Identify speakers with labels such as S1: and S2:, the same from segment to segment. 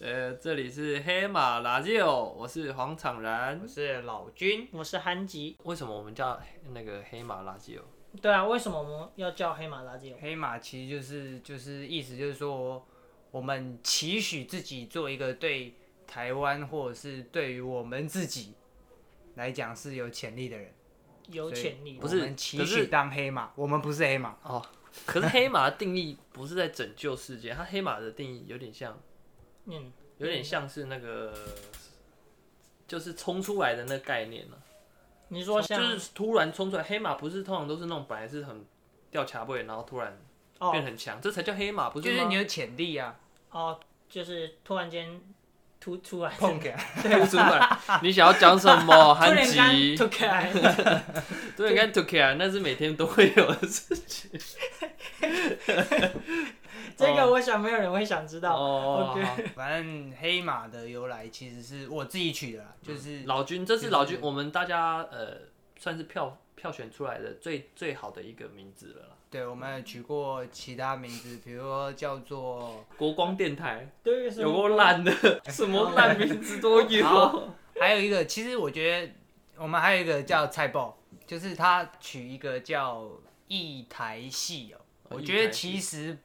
S1: 呃这里是黑马拉圾哦，我是黄厂然
S2: 我。是老君，我是韩吉。
S1: 为什么我们叫那个黑马拉圾哦？
S2: 对啊，为什么我们要叫黑马垃圾？
S3: 黑马其实就是就是意思就是说，我们期许自己做一个对台湾或者是对于我们自己来讲是有潜力的人，
S2: 有潜力
S1: 不
S3: 我
S1: 是
S3: 们期
S1: 可是
S3: 许当黑马，我们不是黑马，
S1: 哦，可是黑马的定义不是在拯救世界，它黑马的定义有点像，
S2: 嗯，
S1: 有点像是那个，就是冲出来的那个概念呢、啊
S2: 你说
S1: 哦就
S2: 像
S1: 是突然冲出来，黑马不是通常都是那种本来是很掉卡位，然后突然
S2: 哦
S1: 变很强，这才叫黑马，不
S3: 就是是
S1: 吗？
S3: 你有潜力 啊，
S2: 哦，就是突然间突出来，
S3: 碰啊给他
S1: 突出来，你想要讲什 么？
S2: 突
S1: 韩
S2: 然间
S1: 吉，
S2: 突开，
S1: 对，跟 t o k 啊那是每天都会有的事情。
S2: 这个我想没有人会想知道。
S1: 哦
S2: OK
S1: 好
S3: 反正黑马的由来其实是我自己取的啦，就是
S1: 老君，这
S3: 就是是
S1: 老君，我们大家呃算是票票选出来的最最好的一个名字了啦。
S3: 对我们有取过其他名字，比如说叫做
S1: 国光电台
S2: 对，
S1: 有够烂的，什么烂名字都有
S3: 好。还有一个，其实我觉得我们还有一个叫菜爆，就是他取一个叫一台戏哦、
S1: 哦
S3: 我
S1: 一
S3: 觉
S1: 台
S3: 得
S1: 戏
S3: 其实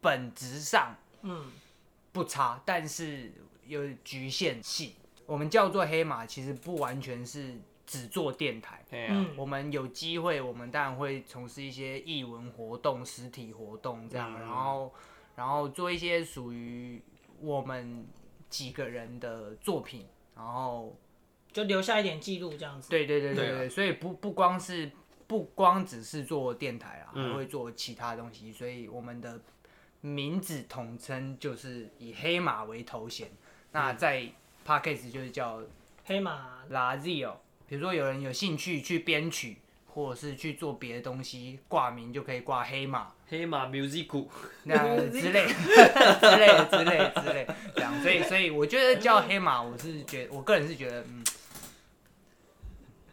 S3: 本质上
S2: 嗯，
S3: 不差，但是有局限性。我们叫做黑马，其实不完全是只做电台。
S1: 哎呀
S2: 嗯
S3: 我们有机会，我们当然会从事一些艺文活动、实体活动这样，
S1: 嗯
S3: 然后然后做一些属于我们几个人的作品，然后
S2: 就留下一点记录这样子。
S3: 对对对
S1: 对啊
S3: 对对，所以不不光是不光只是做电台啦，
S1: 嗯
S3: 还会做其他东西，所以我们的名字统称就是以黑马为头衔。那
S1: 嗯
S3: 在 podcast 就是叫
S2: 黑马
S1: 啊
S3: Lazio，比如说有人有兴趣去编曲，或者是去做别的东西，挂名就可以挂黑马，
S1: 黑马 music，
S3: 那之类 之类的之类的之类的这样。所以所以我觉得叫黑马，我是觉我个人是觉得嗯，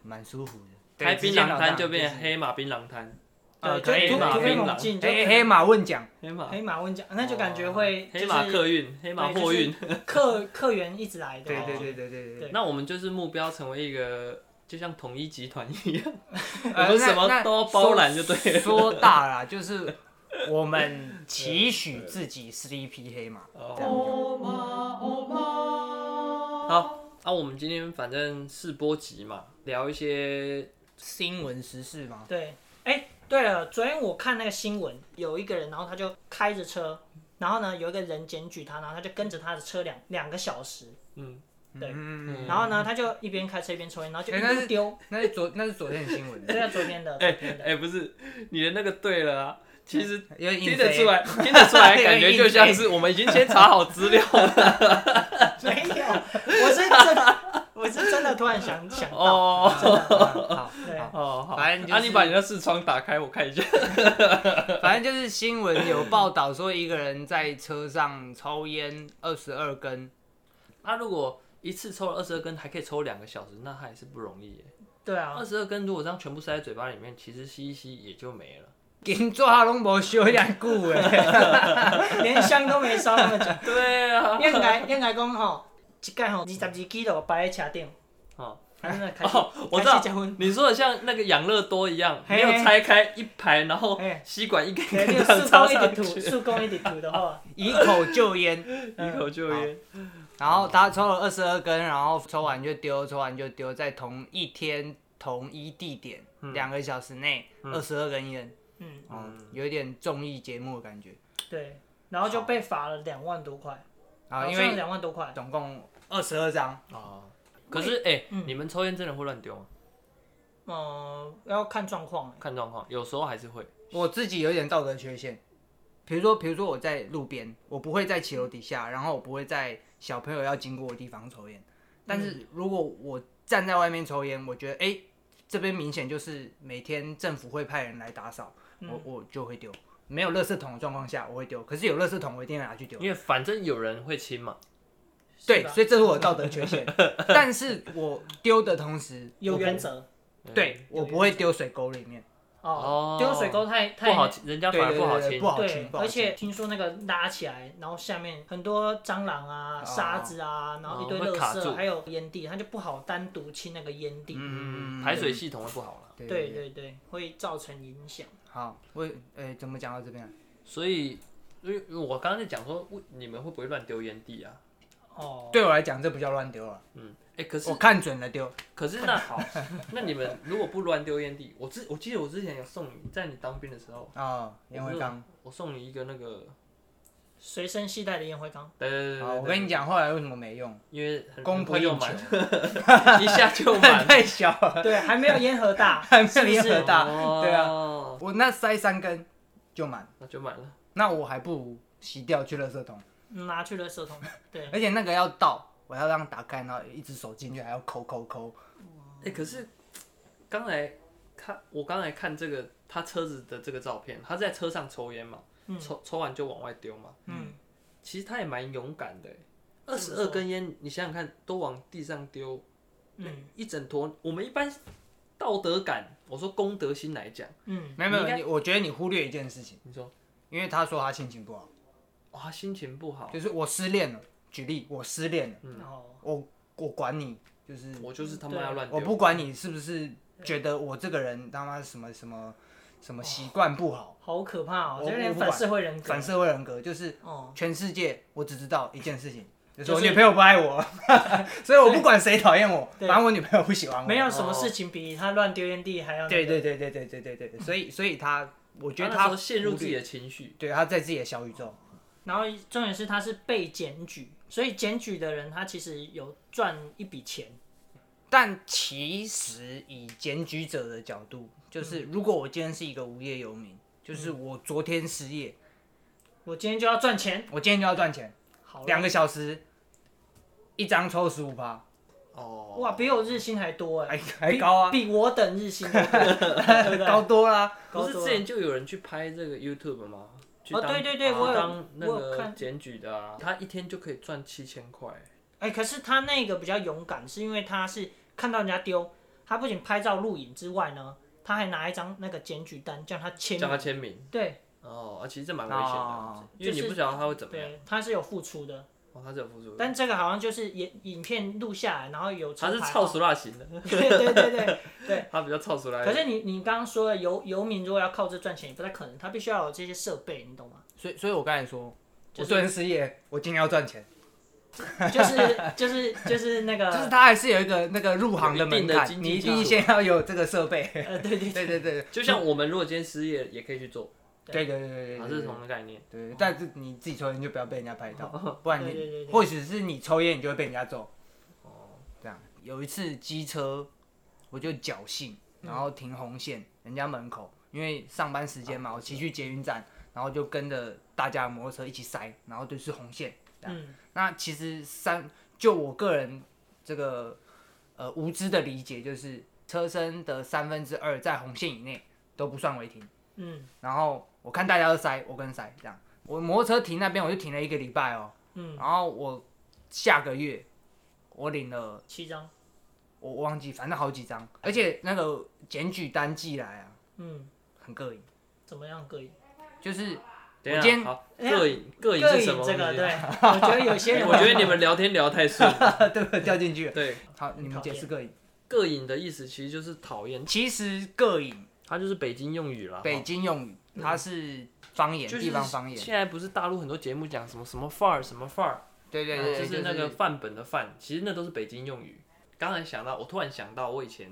S3: 蛮舒服的。对
S1: 开槟
S3: 直截
S1: 榔
S3: 了
S1: 摊
S3: 当
S1: 就变
S3: 是
S1: 黑马槟榔摊，
S3: 呃
S2: 对
S3: 可以
S2: 就突
S3: 马
S2: 突飞
S3: 槟
S2: 猛
S1: 榔
S2: 进，就
S3: 黑
S2: 可
S3: 黑
S2: 能
S3: 马问奖，
S1: 黑马
S2: 黑马问讲，那就感觉会
S1: 哦黑马
S2: 就是
S1: 客运，黑马
S2: 对
S1: 货运。
S2: 客客源一直来的哦
S3: 对
S2: 感觉。
S3: 对对对对对。
S2: 对
S1: 哦那我们就是目标成为一个。就像统一集团一样，
S3: 呃
S1: 我们什么
S3: 那那
S1: 都包揽就对了
S3: 说 说大啦，就是我们期许自己是一匹黑马。这样讲
S1: 好，那、啊我们今天反正试播集嘛，聊一 些
S3: 新闻时事吗？
S2: 对，哎、对了，昨天我看那个新闻，有一个人，然后他就开着车，然后呢，有一个人检举他，然后他就跟着他的车两两个小时，
S1: 嗯，
S2: 对
S3: 嗯，
S2: 然后 呢，他就一边开车一边抽烟，然后就一
S3: 哎那
S2: 路
S3: 是
S2: 丢，
S3: 那是昨那是昨天的新闻，
S2: 这在昨天的，昨
S1: 哎、
S2: 天的，
S1: 哎、不是，你的那个对了啊，其实
S3: 有点
S1: 听
S3: 硬
S1: 得
S3: 飞
S1: 出来，听得出来，感觉就像是我们已经先查好资 料了
S2: 没有，我是真的，我是真的突然想想到，
S1: 哦
S2: 真 的
S3: 好，
S2: 对
S3: 好
S1: 哦。好，
S3: 反正就是
S1: 啊，你把你的视窗打开，我看 一下。
S3: 反正就是新闻有报道说一个人在车上抽烟二十二根，
S1: 啊，如果一次抽了二十二根，还可以抽两个小时，那还是不容易耶。
S2: 对啊，
S1: 二十二根如果这样全部塞在嘴巴里面，其实吸一吸也就没 了。
S3: 紧做下拢无小两久诶，
S2: 连香都没烧那么久，
S1: 对啊，
S2: 应该应该讲吼，一盖吼二十二 K 都摆在车顶，
S1: 哦，
S2: 他真的开始、
S1: 哦，我知
S2: 开
S1: 道
S2: 始结 婚，
S1: 你说的像那个养乐多一样，没
S2: 嘿
S1: 有拆开一排，然后
S2: 嘿
S1: 吸管一根
S2: 对，
S1: 根
S2: 你有
S1: 这样
S2: 竖
S1: 插
S2: 公一
S1: 上
S2: 直吐，
S1: 去，
S2: 竖公一直吐的话。
S3: 以口就烟。
S1: 一口就
S3: 好
S1: 烟。
S3: 然后他抽了二十二根，然后抽完就丢，抽完就丢，在同一天同一地点两、个小时内二十二根烟，
S2: 嗯，
S3: 哦、有一点综艺节目的感觉。
S2: 对，然后就被罚了两万多块，
S3: 然后因
S2: 像
S3: 为
S2: 两万多块，
S3: 总共二十二张，
S1: 哦，可是哎
S2: 嗯，
S1: 你们抽烟真的会乱丢吗？
S2: 嗯、要看状况欸、
S1: 看状况，有时候还是会。
S3: 我自己有一点道德缺陷。比如说，比如说我在路边，我不会在骑楼底下，然后我不会在小朋友要经过的地方抽烟。但是如果我站在外面抽烟，我觉得哎、诶这边明显就是每天政府会派人来打扫，我我就会丢。没有垃圾桶的状况下，我会丢。可是有垃圾桶，我一定会拿去丢。
S1: 因为反正有人会亲嘛，
S3: 对，
S2: 吧
S3: 所以这是我的道德缺 陷。但是我丢的同时，
S2: 有
S3: 我不
S2: 原则，
S3: 对，我不会丢水沟里面。
S2: 哦，丢水沟太
S1: 不
S2: 太
S1: 好，人家反而不好
S3: 对对对
S1: 清。
S3: 不好
S2: 对
S3: 清，，不好
S2: 而
S3: 清。
S2: 且听说那个拉起来，然后下面很多蟑螂啊、
S3: 哦
S2: 沙子啊，然后一堆
S1: 哦会
S2: 垃
S1: 卡住
S2: 圾，还有烟蒂，它就不好单独清那个烟蒂。
S1: 嗯，排水系统会不好啊
S3: 对
S1: 了。
S2: 对
S3: 对对，
S2: 对对，会造成影响。
S3: 好，我诶怎么讲到这边啊？
S1: 所以，因为我刚刚在讲说，为你们会不会乱丢烟蒂啊？
S2: 哦，
S3: 对我来讲，这不叫乱丢啊了，
S1: 嗯，哎、可是
S3: 我看准了丢。
S1: 可是那好，那你们如果不乱丢烟蒂，我之我记得我之前有送你，在你当兵的时候，
S3: 哦，
S1: 我
S3: 烟
S1: 不
S3: 灰
S1: 是
S3: 缸。
S1: 我送你一个那个，
S2: 随身携带的烟灰 缸，
S1: 对对对对
S3: 好，
S1: 对
S3: 我跟你讲，后来为什么没用？
S1: 因为很
S3: 供
S1: 很
S3: 不
S1: 快就
S3: 应求
S1: 满，，一下就满，
S3: 太小了，
S2: 对，啊还没有烟盒 大，
S3: 还没
S2: 是
S3: 有
S2: 不
S3: 烟盒
S2: 是？
S3: 大。对啊，
S1: 啊，
S3: 我那塞三根就满，
S1: 那就满了。
S3: 那我还不如洗掉去垃圾桶，
S2: 嗯拿去了圾桶，对，
S3: 而且那个要倒，我要让它打开，然后一只手进去，还要抠抠抠。
S1: 哎、可是刚才看我刚才看这个他车子的这个照片，他在车上抽烟嘛，
S2: 嗯
S1: 抽抽完就往外丢嘛，
S2: 嗯，
S1: 其实他也蛮勇敢的。二
S2: 怎
S1: 十
S2: 么
S1: 二
S2: 说
S1: 根烟，你想想看，都往地上丢，
S2: 嗯
S1: 一整坨。我们一般道德感，我说公德心来讲，
S2: 嗯，
S3: 没有没有，
S1: 你应该
S3: 你我觉得你忽略一件事情，
S1: 你说
S3: 因为他说他心情不好，
S1: 哇，他心情不好，
S3: 就是我失恋了。举例，我失恋了，
S2: 然后
S3: 我我管你，就是啊
S1: 我就是他妈要乱
S3: 我
S1: 丢。
S3: 不管你是不是觉得我这个人他妈什么什么什么
S1: 哦
S3: 习惯不好，
S2: 好可怕哦，
S3: 我
S2: 这有点
S3: 我不管
S2: 反社会人格
S3: 反。社会人格，就是
S2: 哦，
S3: 全世界我只知道一件事情，就是
S2: 就
S3: 我
S2: 是
S3: 女朋友不爱我， 所以我不管谁讨厌我，
S2: 对
S3: 反正我女朋友不喜欢我。
S2: 没有什么事情比他乱丢烟蒂还要那个
S3: 对。对对对对对对对，对所以所以他，我觉得
S1: 那时
S3: 他
S1: 候陷入自己
S3: 忽略，
S1: 的情绪，
S3: 对他在自己的小宇宙。
S2: 然后重点是他是被检举，所以检举的人他其实有赚一笔钱。
S3: 但其实以检举者的角度，就是如果我今天是一个无业游民，就是我昨天失业，
S2: 我今天就要赚钱，
S3: 我今天就要赚钱，
S2: 好
S3: 两
S2: 了，
S3: 个小时，一张抽十五趴，
S1: 哦，
S2: 哇，比我日薪还多哎，
S3: 还还高啊，
S2: 比比我等 日薪都多 对不 对
S3: 高多啦、
S1: 不
S2: 高
S1: 是
S2: 多
S1: 之
S2: 了
S1: 前就有人去拍这个 YouTube 吗？去
S2: 哦
S1: 当
S2: 对对对
S1: 去
S2: 我有
S1: 当那
S2: 我有
S1: 个
S2: 看
S1: 检举的啊，他一天就可以赚七千块。
S2: 哎，可是他那个比较勇敢，是因为他是看到人家丢，他不仅拍照录影之外呢，他还拿一张那个检举单叫他签
S1: 叫
S2: 名。
S1: 他签名
S2: 对
S1: 哦，啊，其实这蛮危险的，
S3: 哦
S1: 因为你
S2: 就是
S1: 不晓得他会怎么样。
S2: 对，他是有付出的，
S1: 哦，他是有付出的，
S2: 但这个好像就是影影片录下来，然后有
S1: 他是
S2: 抄牌
S1: 操熟哎辣型的，
S2: 对对对哦 对。
S1: 他比较操熟辣。
S2: 可是你你刚刚说的游游民如果要靠这赚钱，也不太可能，他必须要有这些设备，你懂吗？
S3: 所以所以我刚才说，我
S2: 就是
S3: 昨天失业，我今天要赚钱。
S2: 就是就是就是 那个
S3: 就是它还是有一个那个入行的门
S1: 有一定的
S3: 槛，
S1: 经济
S3: 你一
S1: 基
S3: 定
S1: 础
S3: 先要有这个设备。
S2: 呃，对
S3: 对
S2: 对
S3: 对
S2: 对，
S3: 对对
S1: 就像我们如果今天失业，也可以去做，
S3: 对对对对
S1: 啊，
S3: 对，
S1: 这是
S3: 对
S1: 同一个概念。
S3: 对，但是你自己抽烟就不要被人家拍到，不然
S2: 哦对对对
S3: 你
S2: 对
S3: 或许是你抽烟你就会被人家揍。哦，这样有一次机车，我就侥幸，然
S2: 嗯
S3: 后停红线，人家门口，因为上班时间嘛，
S2: 哦
S3: 我骑去捷运站，然后就跟着大家的摩托车一起塞，然后就是红线。
S2: 嗯，
S3: 那其实三，就我个人这个呃无知的理解，就是车身的三分之二在红线以内都不算违停。
S2: 嗯
S3: 然后我看大家都塞，我跟塞这样。我摩托车停那边，我就停了一个礼拜哦。
S2: 嗯，
S3: 然后我下个月我领了，
S2: 七张，
S3: 我我忘记，反正好几张，而且那个检举单寄来啊，
S2: 嗯，
S3: 很膈应。
S2: 怎么样各位？
S3: 就是
S1: 等
S3: 今
S1: 一下，
S3: 天
S1: 好，
S2: 哎呀
S1: 各影各影
S2: 各
S1: 是
S2: 影
S1: 什么东
S2: 这
S1: 西？啊
S2: 个对，我觉得有些 人啊
S1: 我觉得 你们聊天聊太顺了。
S3: 呃对不掉进去了。
S1: 对，
S3: 好，你们解释膈应。
S1: 各影的意思其实就是讨厌，
S3: 其实膈应，
S1: 它就是北京用语啦。
S3: 北
S1: 哈
S3: 京用语，它是方言，
S1: 就是
S3: 地方方言。
S1: 现在不是大陆很多节目讲什么什么范儿什么范儿，啊
S3: 对对
S1: 就
S3: 对，
S1: 是那个范本的范，其实那都是北京用语。刚才想到，我突然想到，我以前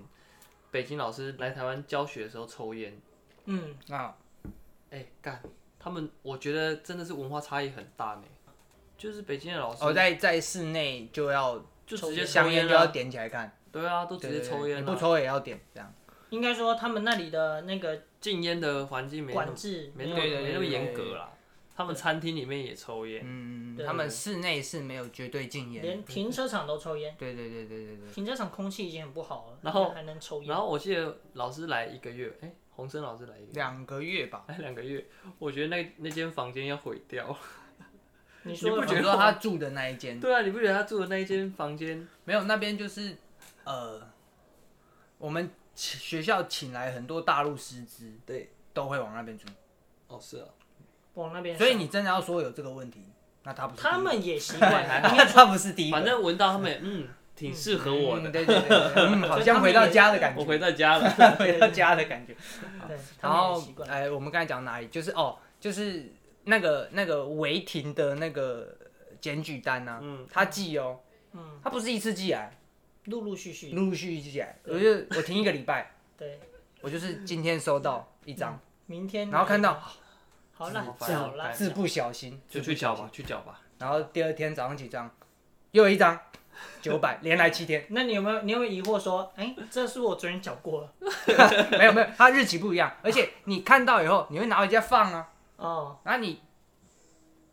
S1: 北京老师来台湾教学的时候抽烟，
S2: 嗯，
S3: 啊，
S1: 哎、干，他们我觉得真的是文化差异很大呢。就是北京的老师，
S3: 哦，在在室内就要
S1: 就直接抽
S3: 哦香烟
S1: 烟
S3: 就要
S1: 了，
S3: 点起来看，
S1: 对啊，都直
S3: 对
S1: 接
S3: 对
S1: 抽
S3: 对
S1: 烟
S3: 你不
S1: 了。
S3: 抽也要点，这样
S2: 应该说他们那里的那个
S1: 禁烟的环境没那
S2: 管
S1: 么
S2: 制
S1: 没那
S2: 有
S1: 么
S3: 对对
S1: 没那么
S3: 对对
S1: 严
S3: 对
S1: 格啦。他们餐厅里面也抽烟，
S3: 嗯，
S2: 对
S3: 他们室内是没有绝对禁烟，
S2: 连停车场都抽烟，
S3: 对对对对对对，
S2: 停车场空气已经很不好了，
S1: 然后
S2: 还能抽烟
S1: 然，后我记得老师来一个月，哎、洪生老师来一个月，
S3: 两个月吧，
S1: 来 两个月，我觉得那那间房间要毁掉。
S2: 你
S1: 你
S2: 说
S1: 不
S3: 我
S1: 觉得
S3: 说他住的那一间
S1: 对啊，你不觉得他住的那一间房间
S3: 没有，那边就是呃，我们请学校请来很多大陆师资，
S1: 对，
S3: 都会往那边住。
S1: 哦是啊，
S2: 往那边想。
S3: 所以你真的要说有这个问题，那他不是
S2: 他们也习惯了， 因为
S3: 那他不是第一个，
S1: 反正闻到他们，嗯，挺适合我的，
S3: 嗯对对对对，对嗯，好像回到家的感
S1: 我
S3: 觉，
S1: 回到家 了。
S3: 回到家的感觉。
S2: 对，他
S3: 然
S2: 们也
S3: 后
S2: 习惯，
S3: 哎，我们刚才讲哪里？就是哦，就是那个那个违停的那个检举单啊，
S1: 嗯，
S3: 他寄哦，
S2: 嗯，
S3: 他不是一次寄来，
S2: 陆陆续续，
S3: 陆陆续续寄来，我就我停一个礼拜，
S2: 对，
S3: 我就是今天收到一张，
S2: 明天
S3: 然后看到
S2: 好
S1: 这
S2: 烂
S1: 么，烦
S2: 好烂，
S3: 字不小心
S1: 就去缴吧，去缴吧。
S3: 然后第二天早上起床，又有一张九百，连来七天，
S2: 那你有没有你有没有疑惑说，哎、这是我昨天缴过了
S3: 没有没有，它日期不一样，而且你看到以后，你会拿回家放啊，
S2: 哦，
S3: 然后你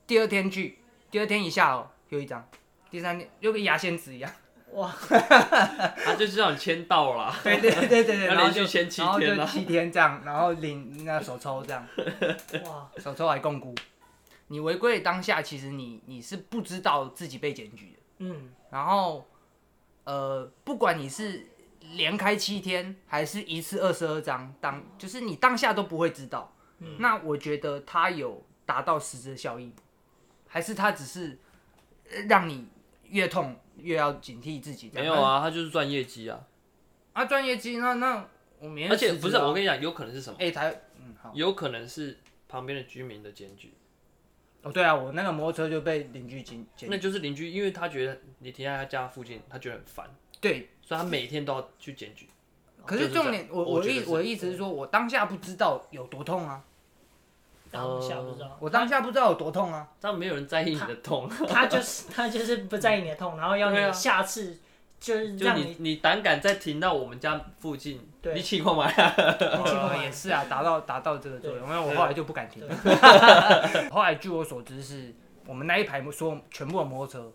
S3: 第二天去，第二天一下哦，又一张，第三天又跟牙仙子一样，
S1: 他就知道你签到 了，
S3: 对对对对对，
S1: 要
S3: 然后
S1: 连续
S3: 就
S1: 签七
S3: 然后
S1: 天啊
S3: 就
S1: 了。
S3: 七天这样，然后领那手抽这样，
S2: 哇，
S3: 手抽还共估，你违规的当下，其实你你是不知道自己被检举的。
S2: 嗯，
S3: 然后，呃，不管你是连开七天，还是一次二十二张，当就是你当下都不会知道。
S1: 嗯
S3: 那我觉得它有达到实质的效益，还是它只是呃让你越痛越要警惕自己？
S1: 没有，啊，他就是赚业绩啊。
S3: 啊，专业机那那我明天
S1: 而且
S3: 辞职
S1: 不是，
S3: 啊
S1: 我跟你讲，有可能是什么？
S3: 哎、台嗯好
S1: 有可能是旁边的居民的检举，
S3: 哦对啊，我那个摩托车就被邻居警检，
S1: 那就是邻居，因为他觉得你停在他家附近，他觉得很烦，
S3: 对，
S1: 所以他每天都要去检举。
S3: 可
S1: 就是是
S3: 重
S1: 这
S3: 点
S1: 样
S3: 我
S1: 我
S3: 我
S1: 觉
S3: 意
S1: 得是
S3: 我意思是说我当下不知道有多痛啊，
S2: 当下不知道，
S3: 哦我当下不知道有多痛啊。
S1: 但没有人在意你的痛，
S2: 他就是他就是不在意你的痛，然后要
S1: 对啊
S2: 你下次就是
S1: 就
S2: 让
S1: 你
S2: 你
S1: 你胆敢再停到我们家附近，
S2: 对
S1: 你气过吗？
S2: 你情况
S3: 呃也是啊，达到达到这个作用，因为我后来就不敢停。 后来据我所知是，我们那一排说全部的摩托车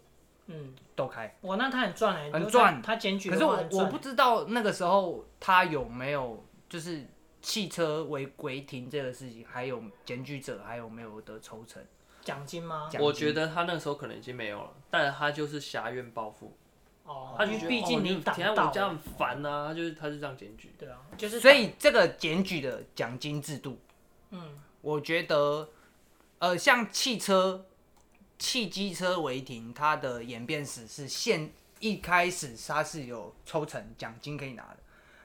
S2: 嗯，
S3: 都开，
S2: 哇，那他很赚哎、欸，
S3: 很
S2: 就是
S3: 赚
S2: 他他检举
S3: 可
S2: 的
S3: 是
S2: 话
S3: 我
S2: 很
S3: 我
S2: 赚，
S3: 不知道那个时候他有没有就是汽车违规停这个事情，还有检举者还有没有得抽成？
S2: 奖金吗？
S3: 奖金
S1: 我觉得他那时候可能已经没有了，但他就是狭怨报复，
S2: 哦，
S1: 他就
S2: 因
S1: 觉得
S2: 为毕
S1: 哦
S2: 竟
S1: 你
S2: 你挡
S1: 停在
S2: 到
S1: 我
S2: 了，
S1: 家很烦啊，他就是他就这样检举。
S2: 对啊，就是
S3: 所以这个检举的奖金制度，嗯，我觉得，呃，像汽车、汽机车违停，它的演变史是现一开始它是有抽成奖金可以拿的，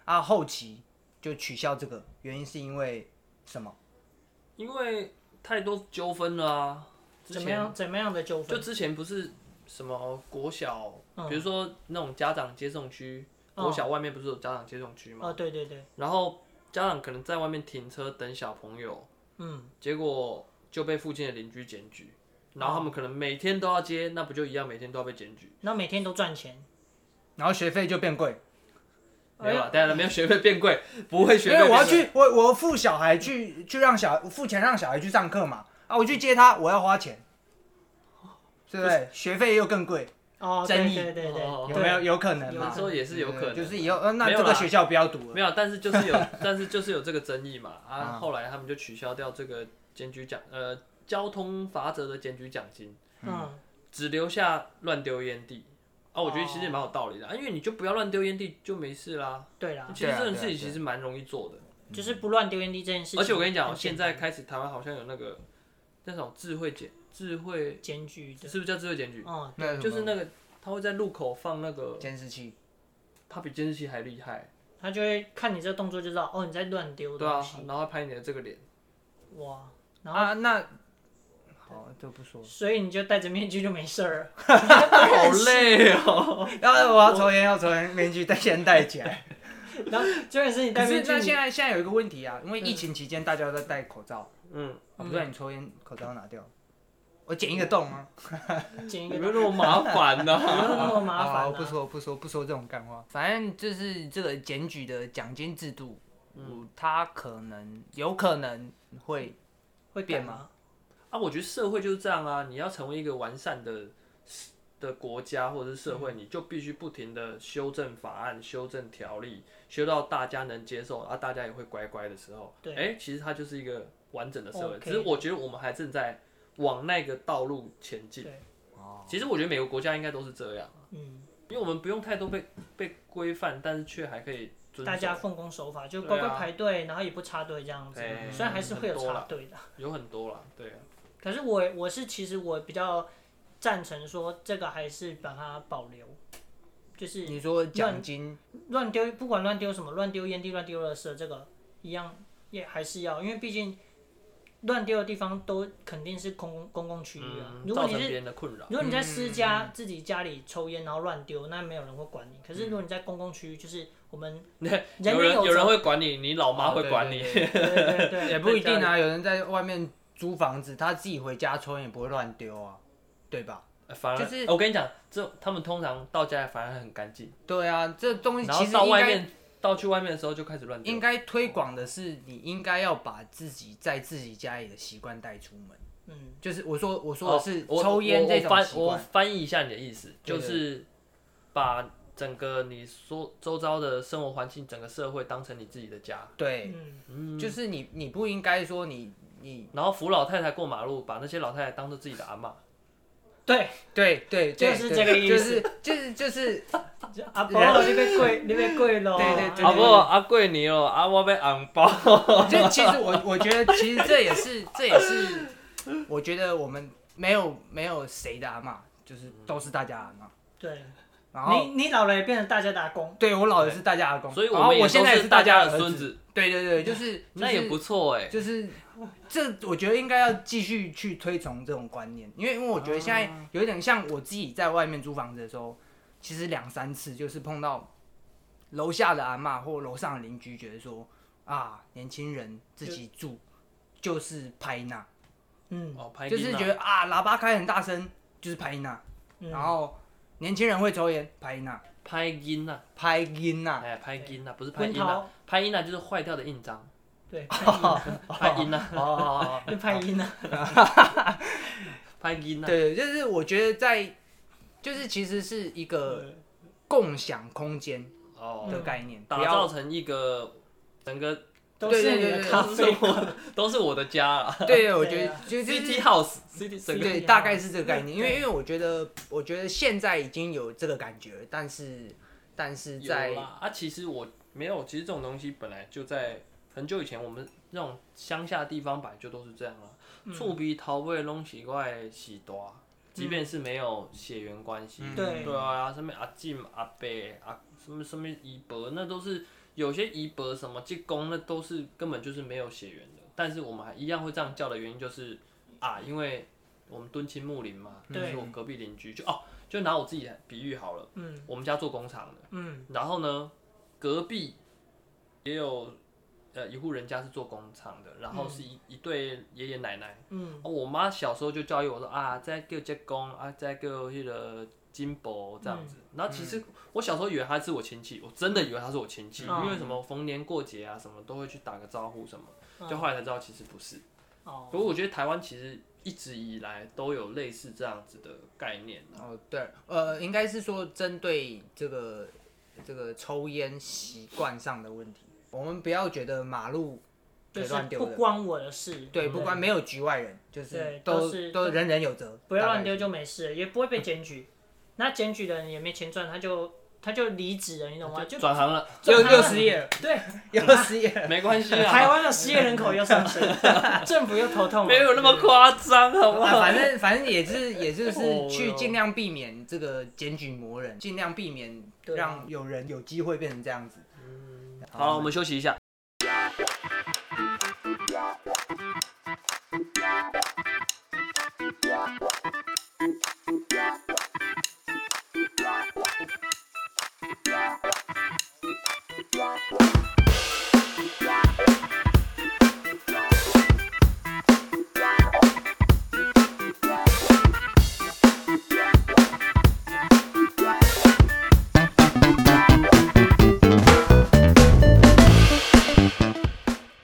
S3: 啊，后期就取消这个，原因是因为什么？
S1: 因为太多纠纷了啊。之
S2: 怎么
S1: 前
S2: 样怎么样的纠纷，
S1: 就之前不是什么国小，比如说那种家长接送区，
S2: 嗯
S1: 国小外面不是有家长接送区吗？
S2: 哦，对对对，
S1: 然后家长可能在外面停车等小朋友，
S2: 嗯，
S1: 结果就被附近的邻居检举，然后
S2: 哦
S1: 他们可能每天都要接，那不就一样每天都要被检举？
S2: 那每天都赚钱，
S3: 然后学费就变贵，
S2: 哎
S1: 没有啊，当然没有学费变贵，不会学
S3: 因
S1: 费
S3: 为
S1: 变
S3: 我要
S1: 贵。
S3: 去，我我付小孩去去让小付钱让小孩去上课嘛，啊，我去接他，我要花钱，对不对？学费又更贵，
S2: 哦，对
S3: 争议
S2: 对对对，
S1: 哦
S3: 有
S2: 对
S3: 没有有可能
S2: 有
S3: 嘛
S1: 那？时候也是有可能，
S3: 就是以后，呃，那
S1: 没有
S3: 这个
S1: 啦
S3: 学校不要读了。
S1: 没有，但是就是有， 但是就是有这个争议嘛。
S3: 啊
S1: 啊，后来他们就取消掉这个检举奖，呃，交通罚则的检举奖金，
S2: 嗯，
S1: 只留下乱丢烟蒂。啊，我觉得其实也
S2: 哦
S1: 蛮有道理的、啊，因为你就不要乱丢烟蒂，就没事啦。
S2: 对啦，
S1: 其实这
S3: 对啊
S1: 种
S3: 对啊
S1: 事情
S3: 对啊
S1: 其实蛮容易做的。
S2: 就是不乱丢烟蒂这件事情。
S1: 而且我跟你讲，
S2: 啊
S1: 哦
S2: 很
S1: 现
S2: 简
S1: 在
S2: 单
S1: 开始台湾好像有那个那种智慧检智慧，
S2: 检举的，
S1: 是不是叫智慧检举？
S2: 哦，
S3: 那
S1: 就
S3: 就是是
S1: 那个他会在路口放那个，
S3: 监视器，
S1: 他比监视器还厉害，
S2: 他就会看你这个动作就知道，哦，你在乱丢
S1: 对啊
S2: 东西，，
S1: 然后拍你的这 个脸。
S2: 哇，然后
S3: 啊，那好就不说。
S2: 所以你就戴着面具就没事儿了，
S1: 好累哦！
S3: 然后啊我要抽烟，要抽烟，面具戴先戴起来。
S2: 然后重点是你
S3: 可
S2: 戴
S3: 是
S2: 面具
S3: 那现
S2: 你，
S3: 在现在有一个问题啊，因为疫情期间大家都在戴口罩，
S1: 嗯，
S3: 我不知道你抽烟口罩拿掉，我剪一个洞啊。
S2: 剪一
S1: 有
S2: 个
S1: 没有那么麻烦呢、
S2: 不用那么麻
S3: 好
S2: 烦、
S3: 好
S2: 啊，
S3: 不说不说不说这种干话。反正就是这个检举的奖金制度，嗯，它可能有可能会
S2: 会
S3: 变
S2: 改
S3: 吗
S2: 吗？
S1: 啊，我觉得社会就是这样啊，你要成为一个完善的的国家或者是社会，你就必须不停的修正法案、修正条例，修到大家能接受，啊，大家也会乖乖的时候，
S2: 对
S1: 哎、其实它就是一个完整的社会。
S2: OK
S1: 只是我觉得我们还正在往那个道路前进。
S2: 对，
S3: 哦，
S1: 其实我觉得每个国家应该都是这样，
S2: 嗯，
S1: 因为我们不用太多被被规范，但是却还可以遵
S2: 大家
S1: 守
S2: 奉公守法，就
S1: 对
S2: 乖乖
S1: 啊
S2: 排队，然后也不插队这样子。
S1: 哎
S2: 虽然还是会有
S1: 很多
S2: 插
S1: 啦
S2: 队的，
S1: 有很多啦，对啊，
S2: 可是我我是其实我比较赞成说这个还是把它保留，就是
S3: 你说奖金，
S2: 乱丢，不管乱丢什么，乱丢烟蒂、乱丢垃圾，这个一样也还是要，因为毕竟乱丢的地方都肯定是公公公共区域啊。
S1: 嗯
S2: 如果
S1: 造
S2: 你
S1: 成
S2: 是
S1: 别人的困扰，
S2: 如果你在私家、自己家里抽烟然后乱丢，那没有人会管你。可是如果你在公共区域，就是我们人人
S1: 有人
S2: 有责
S1: 有人会管你，你老妈会管你，啊
S3: 哦，对对对
S2: 对对 对，
S3: 也不一定啊。有人在外面租房子，他自己回家抽烟也不会乱丢啊，对吧？
S1: 呃反而
S3: 就是
S1: 我跟你讲，这他们通常到家反而很干净，
S3: 对啊，这东西
S1: 然
S3: 其
S1: 后
S3: 实
S1: 到
S3: 应
S1: 外
S3: 该
S1: 面到去外面的时候就开始乱丢
S3: 应，该推广的是，你应该要把自己在自己家里的习惯带出门。
S2: 嗯，
S3: 就是我说我说的是
S1: 哦我
S3: 抽烟这
S1: 我
S3: 种
S1: 我
S3: 习
S1: 翻我
S3: 惯，
S1: 翻译一下你的意思，
S3: 对对
S1: 就是把整个你所周遭的生活环境、整个社会当成你自己的家，
S3: 对，
S2: 嗯
S3: 就是你你不应该说你你
S1: 然后扶老太太过马路，把那些老太太当做自己的阿嬷。
S2: 对，
S3: 对对对
S2: 就是
S3: 对
S2: 这个意
S3: 就是就是就是
S2: 就阿婆你被跪，你被跪咯。
S3: 对对对
S1: 阿婆啊阿贵你哦，阿我被红包。
S3: 就其实我我觉得，其实这也是这也是，我觉得我们没有没有谁的阿嬷，就是都是大家阿嬷。
S2: 对
S3: 然后
S2: 你你老了也变成大家打工，
S3: 对我老的是大家阿公，
S1: 所以我
S3: 然后
S1: 们也
S3: 我
S1: 都
S3: 现在也
S1: 是
S3: 是
S1: 大家
S3: 的
S1: 的
S3: 儿
S1: 孙
S3: 子
S1: 子。
S3: 对对对，就是
S1: 那也不错哎、
S3: 就是这，我觉得应该要继续去推崇这种观念，因为因为我觉得现在有一点像我自己在外面租房子的时候，其实两三次就是碰到楼下的阿嬷或楼上的邻居，觉得说啊，年轻人自己住就是拍那，
S2: 嗯
S1: 哦，拍
S3: 就是觉
S1: 得
S3: 得啊，喇叭开很大声就是拍那，
S2: 嗯
S3: 然后年轻人会抽烟拍那，
S1: 拍音呐、
S3: 拍音
S1: 啊，
S3: 呐，
S1: 哎，拍音呐、啊，不是拍
S2: 温
S1: 音呐、
S2: 涛
S1: 啊，拍音呐、啊、就是坏掉的印章，
S2: 对，
S1: 拍音啊呐、
S3: 哦 哦哦。
S2: 就拍音啊，
S1: 拍音呐、啊，
S3: 对，就是我觉得在，就是其实是一个共享空间
S1: 哦，
S3: 的概念，
S1: 打
S3: 不要
S1: 造成一个整个
S2: 都是你
S3: 对对
S2: 的
S3: 对
S2: 咖
S1: 都是
S2: 啡
S1: 我的都是我的家啊
S3: 对，我
S2: 对
S3: 觉得
S2: 啊
S3: 就就
S1: ，City
S3: 是
S1: House，City 整个
S3: 对，
S2: 啊
S3: 大概是这个概念，因为
S2: 对
S3: 因为我觉得我觉得现在已经有这个感觉，但是但是在
S1: 有啦啊，其实我没有，其实这种东西本来就在很久以前，我们那种乡下地方本来就都是这样啊。
S2: 嗯
S1: 醋鼻桃味拢奇怪喜多，即便是没有血缘关系，
S3: 嗯
S2: 对
S1: 对啊，什么阿进阿伯啊，什么什么姨伯，那都是有些姨伯什么济公，那都是根本就是没有血缘的。但是我们还一样会这样叫的原因就是啊，因为我们敦亲睦邻嘛，就
S2: 对
S1: 是我隔壁邻居，就哦，就拿我自己来比喻好了，
S2: 嗯
S1: 我们家做工厂的。
S2: 嗯，
S1: 然后呢，隔壁也有呃一户人家是做工厂的，然后是一、一对爷爷奶奶。
S2: 嗯
S1: 哦我妈小时候就教育我说啊，在叫结公啊，在叫那个金箔这样子。
S2: 嗯
S1: 然后其实我小时候以为他是我亲戚，我真的以为他是我亲戚，
S2: 嗯
S1: 因为什么逢年过节啊什么都会去打个招呼什么，就后来才知道其实不是。
S2: 嗯哦，
S1: 不过我觉得台湾其实一直以来都有类似这样子的概念啊。
S3: 哦对，呃，应该是说针对这个这个抽烟习惯上的问题，我们不要觉得马路
S2: 就
S3: 可以
S2: 是
S3: 乱丢
S2: 不
S3: 的。
S2: 关我的事，
S3: 对，不管没有局外人，就是
S2: 对
S3: 都
S2: 都是
S3: 都人人有责，
S2: 不要
S3: 大概
S2: 乱丢就没事了，也不会被检举。那检举的人也没钱赚，他就他就离职了，你懂吗？就
S1: 转行了，
S3: 六
S2: 就
S3: 六十页，
S2: 对，
S3: 又失业，
S1: 没关系 啊，
S2: 台湾的失业人口又上升， 政府又头痛了。啊
S1: 没有那么夸张，好不好？
S3: 啊，反正反正也是也就
S1: 哦
S3: 是去尽量避免这个检举魔人，尽量避免
S2: 对嗯
S3: 让有人有机会变成这样子。
S1: 好了，我们休息一下。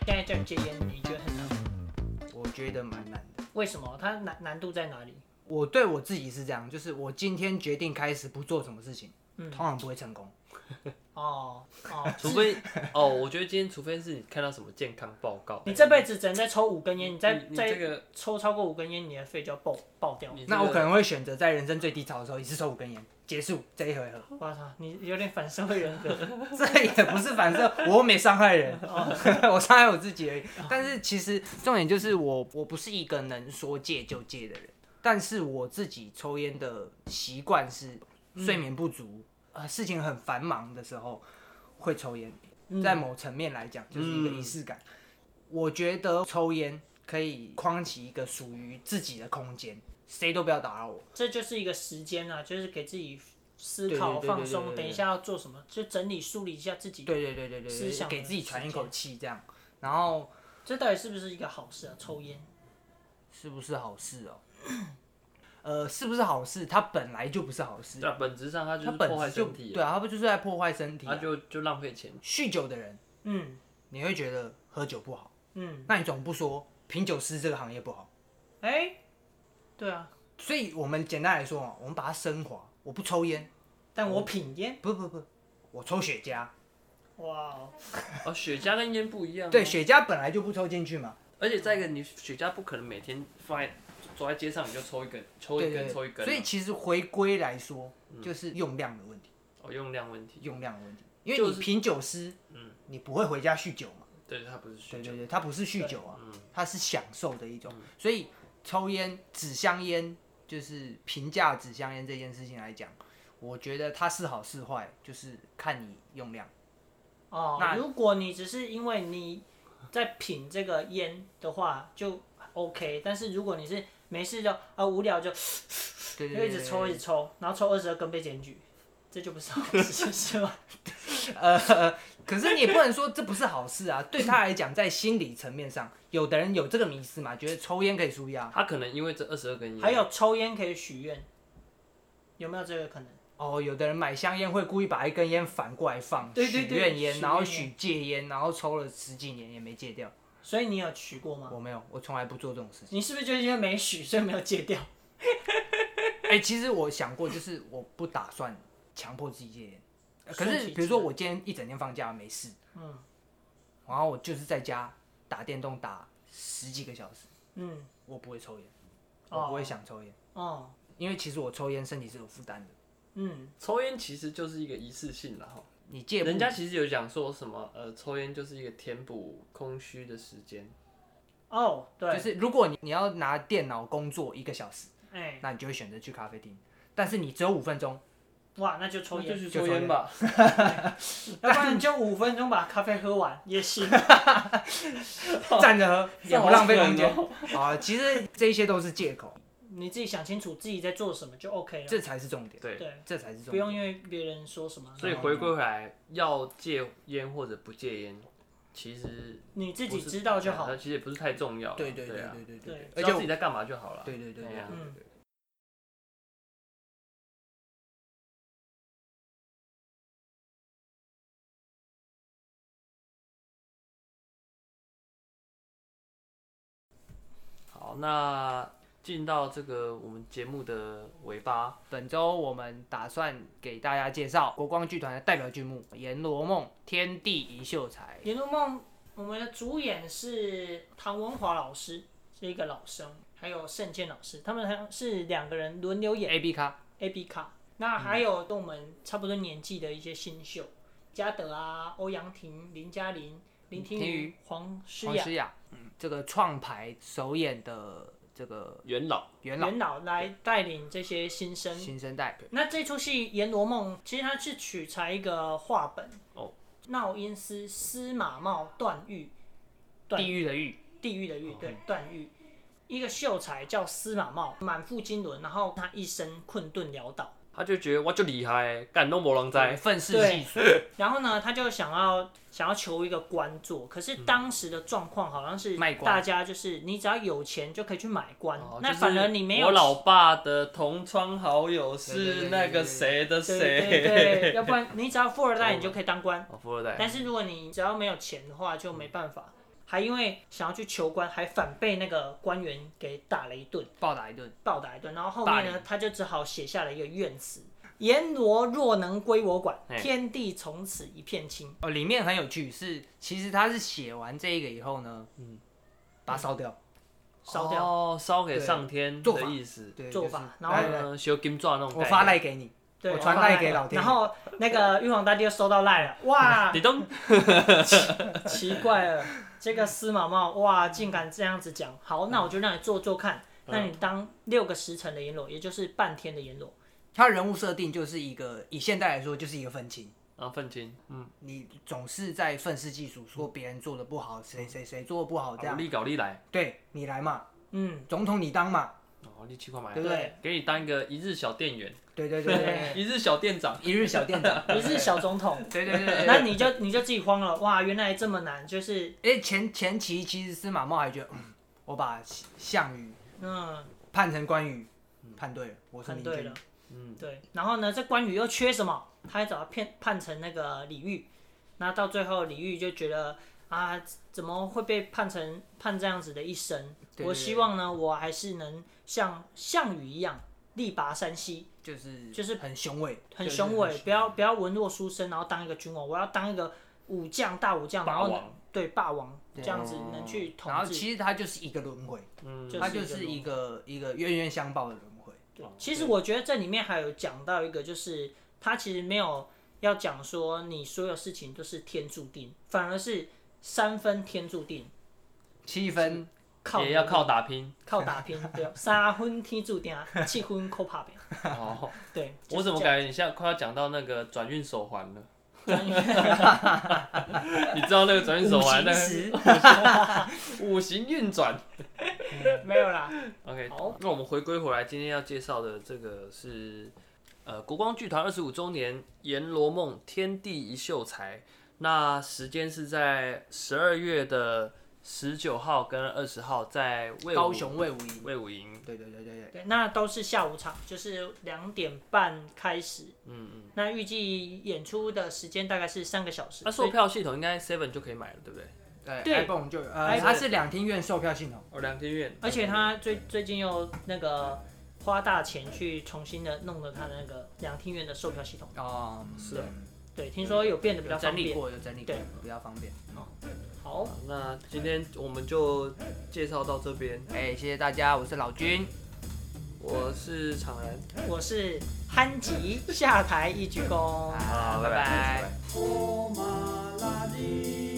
S2: 现在叫你戒烟，你觉得很难吗？
S3: 我觉得蛮难的。
S2: 为什么？它难难度在哪里？
S3: 我对我自己是这样，就是我今天决定开始不做什么事情，
S2: 嗯
S3: 通常不会成功。
S2: 哦哦，
S1: 除 非哦，我觉得今天除非是你看到什么健康报告，
S2: 你这辈子只能再抽五根烟，你再
S1: 你你
S2: 再
S1: 这个
S2: 抽超过五根烟，你的肺就要爆爆掉。
S1: 你这
S3: 那我
S1: 个
S3: 可能会选择在人生最低潮的时候一次抽五根烟，结束这一回合。
S2: 我操，你有点反社会人格。
S3: 这也不是反射，我又没伤害人，
S2: 哦
S3: 我伤害我自己而已。但是其实重点就是我，我不是一个能说戒就戒的人，但是我自己抽烟的习惯是
S2: 嗯
S3: 睡眠不足，呃，事情很繁忙的时候会抽烟，
S2: 嗯
S3: 在某层面来讲就是一个仪式感。我觉得抽烟可以框起一个属于自己的空间，谁都不要打扰我。
S2: 这就是一个时间啊，就是给自己思
S3: 对对
S2: 考、
S3: 对对
S2: 放
S3: 对对
S2: 松，
S3: 对
S2: 等一下要做什么，就整理梳理一下自己。
S3: 对对对对对
S2: 思
S3: 对，
S2: 想
S3: 给
S2: 的
S3: 自己喘
S2: 时
S3: 一口气这样，然后
S2: 这到底是不是一个好事啊？抽烟，
S3: 是不是好事哦？呃，是不是好事？它本来就不是好事，
S1: 对啊，本质上它就
S3: 它
S1: 是
S3: 本
S1: 破坏
S3: 质就
S1: 身体
S3: 对啊，它不就是在破坏身
S1: 啊，
S3: 体
S1: 它
S3: 啊？
S1: 就就浪费钱。
S3: 酗酒的人，
S2: 嗯
S3: 你会觉得喝酒不好，
S2: 嗯，
S3: 那你总不说品酒师这个行业不好？
S2: 哎，对啊，
S3: 所以我们简单来说哦，我们把它升华，我不抽烟，
S2: 但我品烟，
S3: 不不不，我抽雪茄。
S2: 哇哦，
S1: 哦，雪茄跟烟不一样、啊。
S3: 对，，雪茄本来就不抽进去嘛，
S1: 而且再一个，你雪茄不可能每天放在走在街上你就抽一根，抽
S3: 对
S1: 一
S3: 对
S1: 根，抽一
S3: 对。
S1: 根啊、
S3: 所以其实回归来说，就是用量的问题，
S1: 哦，用量问题，
S3: 用量的问题，因为
S1: 就嗯
S3: 你品酒师，你不会回家酗酒嘛。
S1: 对，它不是雪
S3: 对
S1: 茄，
S3: 对对，它不是酗酒啊，
S2: 嗯
S3: 它是享受的一种。所以抽烟、纸香烟，就是评价纸香烟这件事情来讲，我觉得它是好是坏，就是看你 用量。
S2: 哦
S3: 那，
S2: 如果你只是因为你在品这个烟的话，就 OK。但是如果你是没事就啊无聊就
S3: 对
S2: 就
S3: 对
S2: 一直抽一直抽，然后抽二十二根被检举，这就不是好事， 是吧？
S3: 呃，可是你也不能说这不是好事啊。 对他来讲，在心理层面上，有的人有这个迷思嘛，觉得抽烟可以舒压。
S1: 它可能因为这二十二根
S2: 还
S1: 烟，
S2: 有抽烟可以许愿，有没有这个可能？
S3: 哦，有的人买香烟会故意把一根烟反过来放，
S2: 对对
S3: 许
S2: 对
S3: 愿烟，
S2: 许
S3: 然后
S2: 愿
S3: 许戒烟，然后抽了十几年也没戒掉。
S2: 所以你有许过吗？
S3: 我没有，我从来不做这种事。
S2: 你是不是就是因为没许，所以没有戒掉？
S3: 哎、其实我想过，就是我不打算强迫自己戒烟。呃可
S2: 顺
S3: 是
S2: 其
S3: 比如说我今天一整天放假没事，
S2: 嗯
S3: 然后我就是在家打电动打十几个小时，
S2: 嗯
S3: 我不会抽烟，
S2: 哦
S3: 我不会想抽烟，
S2: 哦
S3: 因为其实我抽烟身体是有负担的。
S2: 嗯，
S1: 抽烟其实就是一个仪式性
S2: 哦
S1: 啦。哈。
S3: 你戒不
S1: 人家其实有讲说什么，呃，抽烟就是一个填补空虚的时间，
S2: 哦
S3: 就
S2: 对，
S3: 是如果你你要拿电脑工作一个小时，
S2: 哎、
S3: 那你就会选择去咖啡厅，但是你只有五分钟，
S2: 哇，那就抽
S1: 那就
S2: 烟，
S1: 是
S3: 就
S1: 抽
S3: 抽
S1: 烟
S3: 烟
S1: 吧。
S2: 要不然你就五分钟把咖啡喝完也行。哦
S3: 站着喝也不浪费空间
S1: 这好
S3: 啊。其实这些都是借口，
S2: 你自己想清楚自己在做什么就 OK 了，
S3: 这才是重点，
S1: 对，
S2: 对，
S3: 这才是重
S2: 不
S3: 点。
S2: 用因为别人说什么，
S1: 所以
S2: 然后
S1: 回归回来，要戒烟或者不戒烟，其实
S2: 你自己
S1: 不是
S2: 知道就好。
S1: 那其实也不是太重要啦。
S3: 对对对
S1: 啊，
S3: 对对对而且
S1: 知
S2: 对
S1: 道
S3: 我
S1: 自己在干嘛就好了。
S3: 对对对对
S1: 对啊
S3: 对
S2: 嗯
S1: 好，那进到这个我们节目的尾巴，
S3: 本周我们打算给大家介绍国光剧团的代表剧目《阎罗梦·天地一秀才》。
S2: 《阎罗梦》我们的主演是唐文华老师，是一个老生，还有盛健老师，他们还是两个人轮流演
S3: A B 咖，
S2: A B 卡。那还有跟我们差不多年纪的一些新秀，嘉德啊、欧阳婷、林嘉玲、林天
S3: 天
S2: 宇、黄诗
S3: 黄
S2: 雅
S3: 诗雅，嗯，这个创牌首演的这个
S1: 元老
S3: 元老
S2: 来带领这些新生。
S3: 新生代，
S2: 那这出戏《阎罗梦》其实它是取材一个话本
S1: 哦，
S2: 闹音师司马茂段誉，段
S3: 地狱的狱，
S2: 地狱的狱，
S1: 哦
S2: 对，段誉，一个秀才叫司马茂，满腹经纶，然后他一生困顿潦倒。
S1: 他就觉得我就厉害，干弄魔狼在，
S3: 愤世
S2: 对
S3: 嫉俗，
S2: 然后呢，他就想要想要求一个官做，可
S1: 嗯
S2: 是当时的状况好像是
S3: 卖官
S2: 大家就是你只要有钱就可以去买官，
S1: 哦
S2: 那
S1: 就是
S2: 反而你没有
S1: 我老爸的同窗好友
S3: 对
S1: 是
S3: 对对
S1: 那
S3: 对
S1: 个
S3: 对
S1: 谁的谁，
S2: 对对对 对，要不然你只要富二代你就可以当官，
S1: 哦，富二
S3: 哎
S1: 代，
S2: 但是如果你只要没有钱的话就没办法，还因为想要去求官，还反被那个官员给打了一顿。
S3: 暴打一顿。
S2: 暴打一顿，然后后
S3: 霸
S2: 面
S3: 凌
S2: 呢，他就只好写下了一个怨词。阎罗若能归我管，
S3: 哎
S1: 嘿
S2: 天地从此一片清。
S3: 哦，里面很有趣，是其实他是写完这一个以后呢，
S1: 嗯
S3: 把它烧掉，
S2: 烧掉
S1: 哦，烧给上天
S3: 做法
S1: 的意思，
S3: 对，
S2: 做
S3: 就是
S2: 法然后
S3: 来来
S1: 嗯，修金钻那种概念。
S3: 我发赖给你，
S2: 对，
S3: 我传
S2: 发
S3: 赖给老天
S2: 然后那个玉皇大帝就收到赖了， 哇，
S1: 啊你都
S2: 奇怪了，这个司马茂哇，竟敢这样子讲。好，那我就让你做做看。那你当六个时辰的阎罗，也就是半天的阎罗，
S3: 他人物设定就是一个以现代来说就是一个愤青，
S1: 啊，愤青，嗯，
S3: 你总是在愤世嫉俗，说别人做的不好，谁谁谁做的不哦好这
S1: 好
S3: 样，
S1: 力搞力来，
S3: 对你来嘛，
S2: 嗯，
S3: 总统你当嘛，
S1: 哦，力气快买
S3: 啊对，不对？
S1: 给你当一个一日小店员，
S3: 对对对 对，
S1: 一日小店长，
S3: 一 日小店长，
S2: 你是小总统，
S3: 对对对。
S2: 嗯那你就你就自己慌了，哇，原来这么难，就是
S3: 哎，前前期其实司马茂还觉得，嗯，我把项羽
S2: 嗯，
S3: 判成关羽，嗯判对了，我是
S2: 很
S3: 明
S2: 对
S3: 君
S2: 了，，
S1: 嗯，
S2: 对。然后呢，这关羽又缺什么？他还找他骗判成那个李煜，那到最后李煜就觉得啊，怎么会被判成判这样子的一生？
S3: 对对
S2: 我
S3: 对
S2: 希望呢，我还是能像项羽一样力拔山兮。
S3: 就是
S2: 就是
S3: 很雄伟，
S2: 很
S1: 对
S2: 雄
S1: 很
S2: 伟，
S1: 雄
S2: 不要不要文弱书生，然后当一个君王，我要当一个武将大武将，然
S1: 霸
S2: 后呢
S1: 王，哦
S2: 对霸王这
S3: 对
S2: 样子能去统
S3: 然后
S2: 治。
S3: 其实它就是一个轮回，
S1: 嗯，
S2: 就是
S3: 它
S2: 一
S3: 就
S2: 个
S3: 是
S2: 轮
S3: 一个一个冤冤相报的轮回。
S1: 哦
S2: 对，其实我觉得这里面还有讲到一个，就是他其实没有要讲说你所有事情都是天注定，反而是三分天注定，
S3: 七分
S2: 靠
S1: 也要靠打 拼。
S2: 靠打拼，对，三分天注定，啊七分靠打拼。
S1: 哦，
S2: 对，
S1: 我怎么感觉你现在快要讲到那个转运手环了？ 你知道那个转运手环那个
S3: 十，
S1: 五行运转
S2: 觉没有啦？
S1: ？OK，
S2: 好
S1: 那我们回归回来，今天要介绍的这个是呃国光剧团二十五周年《阎罗梦天地一秀才》，那时间是在十二月的十九号跟二十号在魏武
S3: 高雄哎魏武营。
S1: 魏武营，
S3: 对对对对对，
S2: 对，那都是下午场，就是两点半开始。
S1: 嗯嗯，
S2: 那预计演出的时间大概是三个小时。
S1: 那
S2: 所
S1: 售
S2: 以
S1: 票系统应该 Seven 就可以买了，对不对？
S3: 对
S2: 对
S3: i p h o n e 就有呃，
S2: iPhone
S3: 它是两厅院售票系统，
S1: 哦，两天院，
S2: 而且他最最近又那个花大钱去重新的弄了他的那个两厅院的售票系统。
S3: 哦，
S1: 是啊
S2: 对，听说有变得比较
S3: 有
S2: 方
S3: 整理
S2: 便。
S3: 过，有整理过
S2: 对，
S3: 比较方便。
S2: 好，
S1: 那今天我们就介绍到这边，
S3: 哎，谢谢大家，我是老君，
S1: 我是常然，
S2: 我是憨吉，下台一鞠躬。
S1: 好拜拜拜拜
S3: 拜
S1: 拜。
S4: Oh, my lady.